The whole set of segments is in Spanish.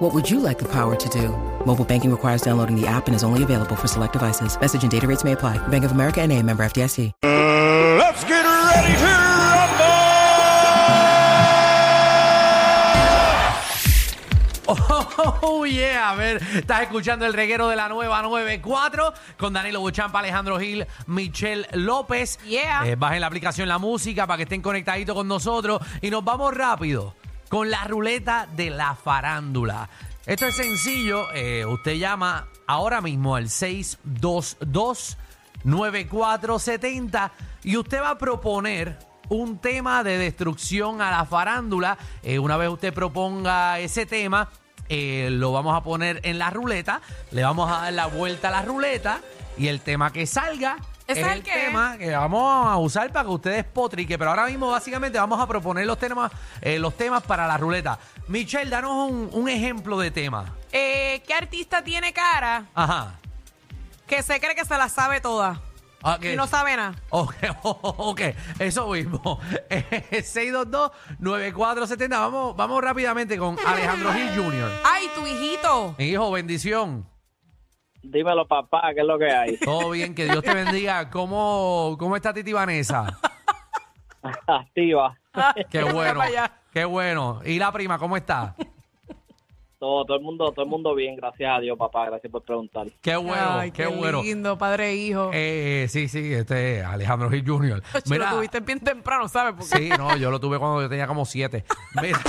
What would you like the power to do? Mobile banking requires downloading the app and is only available for select devices. Message and data rates may apply. Bank of America and a member FDIC. Let's get ready to Oh, yeah. A ver, estás escuchando el reguero de la nueva 94 con Danilo Buchampa, Alejandro Gil, Michelle López. Yeah. Eh, bajen la aplicación La Música para que estén conectaditos con nosotros. Y nos vamos rápido con la ruleta de la farándula. Esto es sencillo. eh, usted llama ahora mismo al 622 9470 y usted va a proponer un tema de destrucción a la farándula. Eh, una vez usted proponga ese tema, eh, lo vamos a poner en la ruleta, le vamos a dar la vuelta a la ruleta y el tema que salga es, ¿Es el el qué? tema que vamos a usar para que ustedes potriquen. Pero ahora mismo básicamente vamos a proponer los temas, eh, los temas para la ruleta. Michelle, danos un, un ejemplo de tema. Eh, ¿Qué artista tiene cara Ajá. que se cree que se la sabe toda Ah, y que- no sabe nada? Ok, ok, eso mismo. Eh, 622-9470. Vamos, vamos rápidamente con Alejandro Gil Jr. ¡Ay, tu hijito! Mi hijo, bendición. Dímelo, papá, ¿qué es lo que hay? Todo bien, que Dios te bendiga. ¿Cómo, cómo está Titi Vanessa? Activa. Qué Mira bueno. para allá. Qué bueno. ¿Y la prima, cómo está? Todo, todo el mundo, todo el mundo bien, gracias a Dios, papá, gracias por preguntar. Qué bueno, Ay, qué, bueno. lindo, padre e hijo. Eh, eh, sí, sí, este es Alejandro Gil Jr. Ocho, lo tuviste bien temprano, ¿sabes? Porque sí, no, yo lo tuve cuando yo tenía como siete. Mira,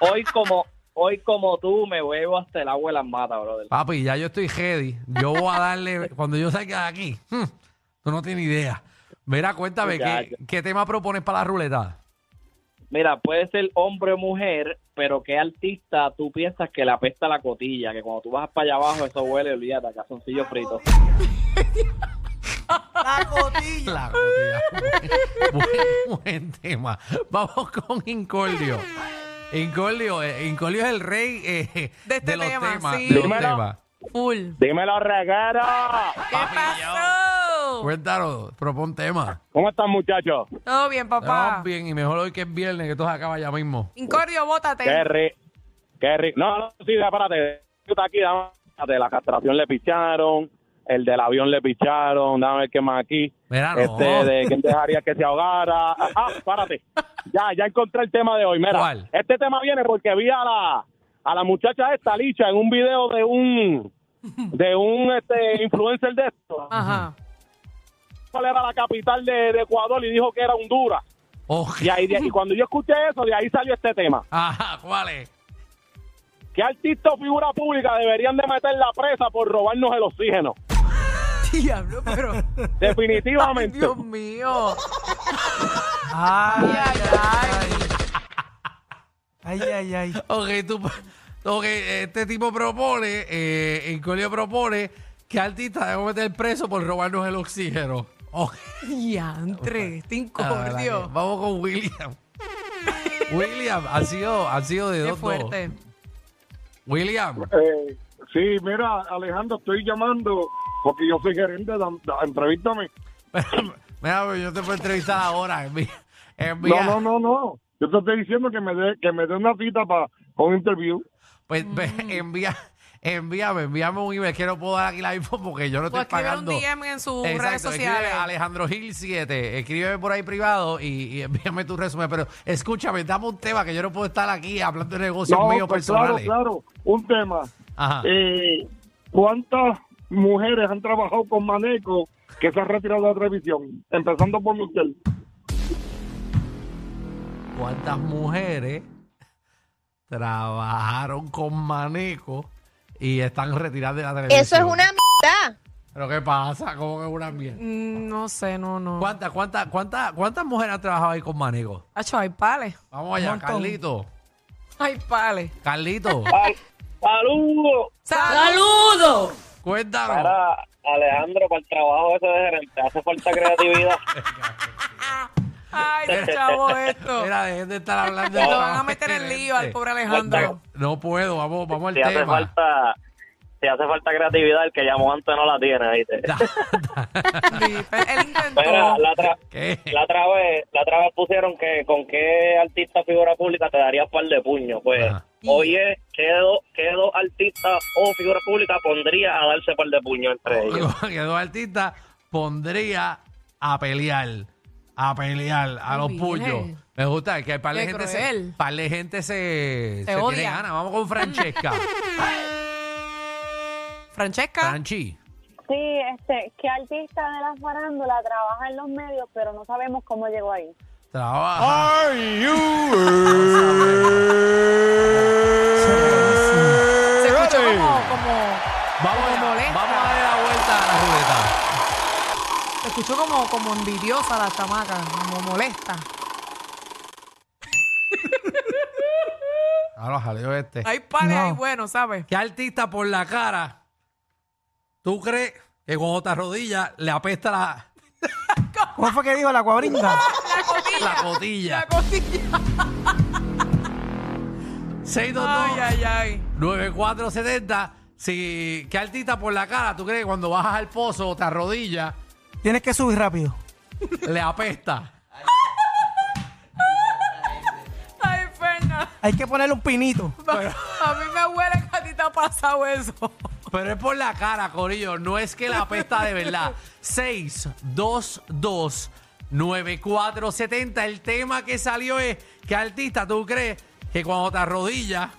Hoy como, hoy como tú, me vuelvo hasta el agua de las matas, brother. papi, ya yo estoy ready. Yo voy a darle, cuando yo salga de aquí, hmm, tú no tienes idea. Mira, cuéntame, ¿qué, Muchacho. qué tema propones para la ruleta? Mira, puede ser hombre o mujer, pero qué artista tú piensas que le apesta la cotilla, que cuando tú vas para allá abajo eso huele, olvídate, a calzoncillo frito. la cotilla. La gotilla. buen, buen tema. Vamos con Incordio. Incordio, eh, Incordio es el rey eh, De este los tema, temas. sí. de los Dímelo. temas. Full. Dímelo, reguero. ¿Qué pasó? Cuéntanos, propon tema. ¿Cómo están, muchachos? Todo bien, papá. Vamos bien y mejor hoy que es viernes, que todo se acaba ya mismo. Incordio, bótate. Qué ri... Qué ri... No, no, sí, espérate. Tú estás aquí, dame. De la castración le picharon, el del avión le picharon, dame el que más aquí. Mira, Ah, no. Este, de quién dejaría que se ahogara. Ah, ah, párate. Ya, ya encontré el tema de hoy. Mira, ¿Cuál? este tema viene porque vi a la, a la muchacha esta, Licha, en un video de un, de un este, influencer de esto. Ah. Ajá. ¿Cuál era la capital de, de Ecuador? Y dijo que era Honduras. Ok. Y, ahí, de- y cuando yo escuché eso, de ahí salió este tema. Ajá, ¿cuál es? ¿Qué artista o figura pública deberían de meter la presa por robarnos el oxígeno? Diablo, pero. Ay, Definitivamente. Dios mío. Ay, Ay, ay. ay, ay, ay. Ok, tú. Ok, este tipo propone, eh, Incordio propone que artista debemos meter preso por robarnos el oxígeno. Ok. Diantre, este Ah, verdad que- incordio. Vamos con William. William, ha sido, ha sido de Qué dos, dos. fuerte. William, Eh, sí, mira, Alejandro, estoy llamando porque yo soy gerente. dam- da- entrevístame. mira, pero yo te puedo entrevistar ahora. Envía, No, envía- no, no, no. Yo te estoy diciendo que me dé que me dé una cita para un interview. Pues, pues, Mm. envía, envíame, envíame un email que no puedo dar aquí la info porque yo no O estoy escribe Pues un pagando. DM en sus redes Exacto, escribe sociales. Alejandro Gil 7, escríbeme por ahí privado y, y envíame tu resumen. Pero escúchame, dame un tema que yo no puedo estar aquí hablando de negocios No, míos pues claro, eh. personales. claro. Un tema. Ah. Ajá. Eh, ¿Cuántas mujeres han trabajado con Maneco que se han retirado de la televisión? Empezando por usted. cuántas mujeres trabajaron con Maneco y están retiradas de la televisión. Eso es una mierda. ¿Pero qué pasa? ¿Cómo que es una mierda? Mm, No sé, no, no. ¿Cuántas, cuántas, cuántas, cuántas mujeres han trabajado ahí con Maneco? Hacho, hay pales. Vamos allá, Carlito. Hay pales. Carlito, ¡Saludos! ¡Saludos! cuéntanos. Para, Ah, Alejandro, para el trabajo ese de gerente, hace falta creatividad. Ay, chavo, esto. Mira, dejen de estar hablando. Lo de van a meter en lío al pobre Alejandro. No puedo, vamos, vamos al Si hace tema. falta, si hace falta creatividad, el que llamó antes no la tiene, ¿viste? Sí, pero Él Mira, intentó. la otra, ¿Qué? la otra vez, la otra vez pusieron que con qué artista figura pública te darías par de puño, pues. Ajá. Oye, ¿qué dos, qué dos artistas o figura pública pondría a darse par de puño entre ellos? que dos artistas pondría a pelear, a pelear, a los Muy puños. bien. Me gusta que para la Qué gente se, cruel. par de gente se, Se se tiene odia. ganas. Vamos con Francesca. Francesca. Franchi. Sí, este, ¿qué artista de las farándulas trabaja en los medios, pero no sabemos cómo llegó ahí? Trabaja. Oh, Are you Se escuchó ready? como, como, Vamos, como allá, molesta. vamos a dar la vuelta a la ruleta. se escuchó como, como envidiosa la chamaca, como molesta. Ahora jaleó este. Hay pares No. ahí bueno, ¿sabes? ¿Qué artista por la cara tú crees que con otra rodilla le apesta la, ¿Cuál fue que dijo la cuabrinda? La cotilla. la cotilla? La cotilla. 622. Ay, ay, ay. 9470. Si, ¿Qué altita por la cara tú crees que cuando bajas al pozo te arrodillas, Tienes que subir rápido. le apesta? Ay, Ferna. Hay que ponerle un pinito. A mí me huele que a ti te ha pasado eso. Pero es por la cara, Corillo. No es que la apesta de verdad. 622 9470. El tema que salió es: ¿Qué altita tú crees que cuando te arrodillas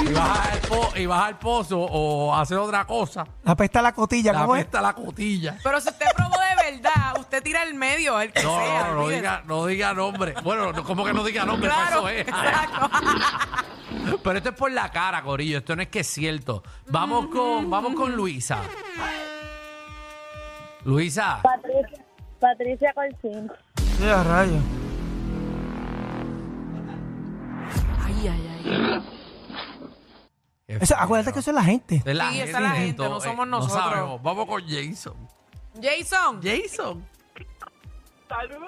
y bajas al, po- y bajas al pozo o haces otra cosa, La pesta la cotilla, le ¿cómo es? apesta la cotilla? Pero si usted probó de verdad, usted tira el medio, el que No, sea. no, no, no olvídese. diga, no diga nombre. Bueno, no, ¿cómo que no diga nombre? Claro, Pues eso exacto. es. Pero esto es por la cara, Corillo. Esto no es que es cierto. Vamos con, vamos con Luisa. Luisa, Patricia, Patricia Colcín. Ya, rayo. Ay, ay, ay. Eso, acuérdate que eso es la gente. es Sí, esa es la gente, no somos eh, nosotros. sabemos. Vamos con Jason. Jason. Jason,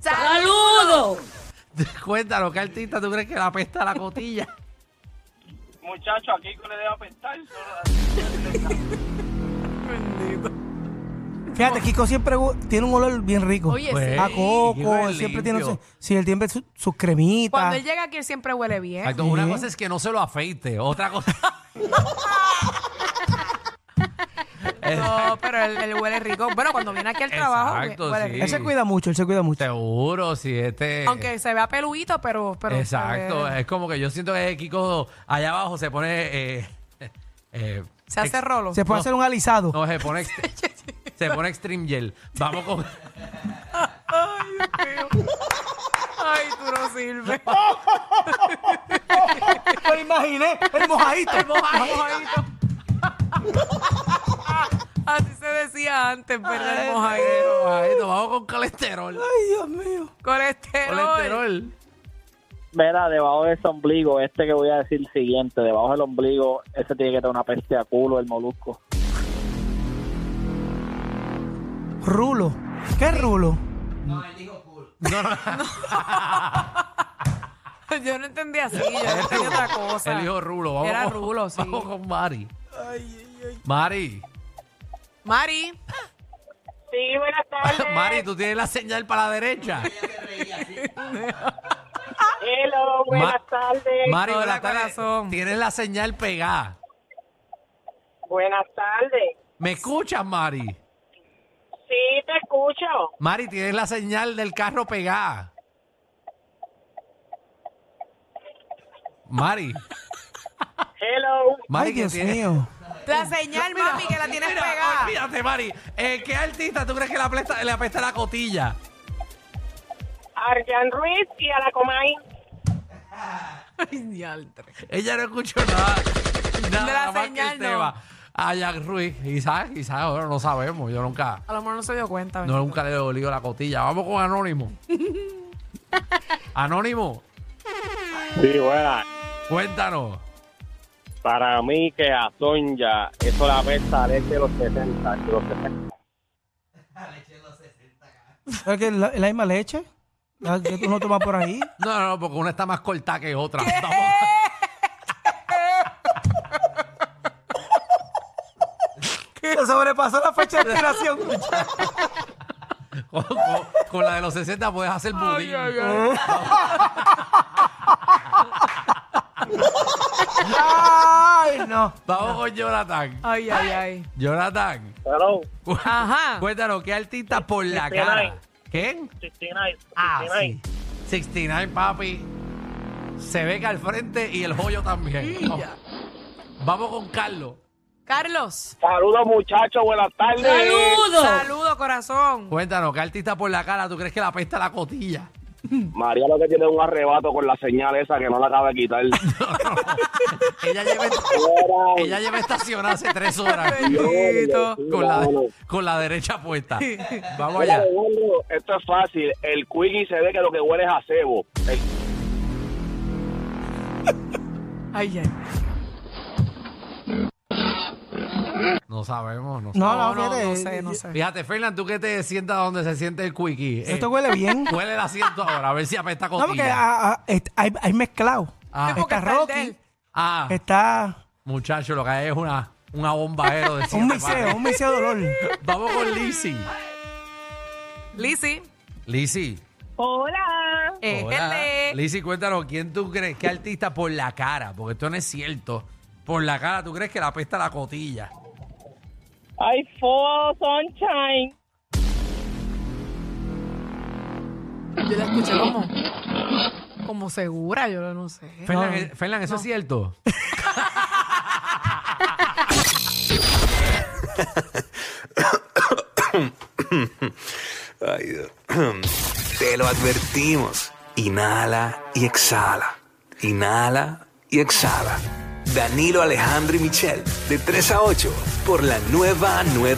¡Saludos! cuéntanos, ¿qué artista tú crees que la apesta la cotilla? Muchacho, aquí le debo pensar. Fíjate, Kiko siempre hu- tiene un olor bien rico. Oye, sí. Pues, a coco, Kiko es él siempre tiene limpio. su, sí, él tiene su- sus cremitas. Cuando él llega aquí, él siempre huele bien. Exacto, Una cosa es que no se lo afeite, otra cosa. No, pero él, él huele rico. Bueno, cuando viene aquí al trabajo, eh. Exacto, huele sí. rico. Él se cuida mucho, él se cuida mucho. Seguro, si este. Aunque se vea peluito, pero... pero eh, Exacto, eh. se ve- es como que yo siento que Kiko allá abajo se pone... eh, eh, Se hace ex- rolo. Se puede No. hacer un alisado. No, se pone, ext- se pone extreme gel. Vamos con... Ay, Dios mío. Ay, tú no sirves. Me lo imaginé, el mojadito. El mojadito. Así se decía antes, ¿verdad? El mojadito. Mojadito, Vamos con colesterol. Ay, Dios mío. Colesterol. Colesterol. Mira, debajo de ese ombligo, este que voy a decir siguiente, debajo del ombligo, ese tiene que tener una peste a culo, el molusco. Rulo. ¿Qué rulo? Yo no entendía así, yo entendía otra cosa. El hijo Rulo. Vamos Era con- Rulo, sí. Vamos con Mari. Mari, Mari, Sí, buenas tardes. Mari, tú tienes la señal para la derecha. Hello, buenas Ma- tardes. Mari, Hola, buenas tardes. corazón. tienes la señal pegada. Buenas tardes. ¿Me escuchas, Mari? Sí, te escucho. Mari, tienes la señal del carro pegada. Mari, Hello. Mari, Ay, que Dios tienes- mío. la señal, mami, que la tienes Mira, pegada. Olvídate, Mari. Eh, ¿Qué artista tú crees que le apesta, le apesta la cotilla? Arjan Ruiz y a la Comay. Ay, diantre. Ella no escuchó nada. Nada, De la más que el señal, no. tema. A Jack Ruiz. Quizás, quizás, ahora no sabemos. Yo nunca, A lo mejor no se dio cuenta. no, bendito. nunca le he olido la cotilla. Vamos con Anónimo. Anónimo, Sí, buena. cuéntanos. Para mí que a Sonja, eso la apesta desde los 60, de los 60. ¿Sabes que la, la misma leche? ¿La que tú no tomas por ahí? No, no, no, porque una está más corta que otra. Estamos- ¿Qué? Sobrepasó la fecha de expiración. con, con- con la de los 60 puedes hacer budín. Ay, no. Vamos con Jonathan. Ay, ay, ay. Jonathan, Pero, cu- Ajá. cuéntanos, ¿qué artista por la 69. cara? ¿Quién? 69, Ah, sí. 69, papi. Se ve que al frente y el joyo también. Vamos. Vamos con Carlos. Carlos. Saludos muchachos, buenas tardes. Saludo, corazón. Cuéntanos, ¿qué artista por la cara tú crees que la pesta la cotilla? María lo que tiene es un arrebato con la señal esa que no la acaba de quitar. Ella lleva, ella lleva estacionada hace tres horas Bendito. con la, con la derecha puesta. Vamos Mira, allá. Alejandro, Esto es fácil. El Quickie se ve que lo que huele es a cebo. El- Ay, ay. No sabemos, no No, sabemos. No, no, no, fíjate. eh, no sé, no sé. Fíjate, Fernan, tú que te sientas donde se siente el quickie. Eh, Esto huele bien. huele el asiento ahora, a ver si apesta No, porque cotilla. ah, ah, est- hay, hay mezclado. Ah. Sí, porque Está está el de Rocky, él. Ah, está muchacho, lo que hay es una, una bomba aero de un siete miseo, pares. un miseo de olor. Vamos con Lizzy. Lizzy. Lizzy. Hola. eh, hola. el de- Lizzy, cuéntanos, ¿quién tú crees? ¿Qué artista por la cara? Porque esto no es cierto. Por la cara, ¿tú crees que la apesta la cotilla? Ay, full sunshine. Yo la escuché como. Como segura, yo no sé. Fernan, eh, Fernan, ¿eso es cierto? Ay, Dios. Te lo advertimos. Inhala y exhala. Inhala y exhala. Danilo Alejandro y Michel, de 3 a 8, por la nueva nueva.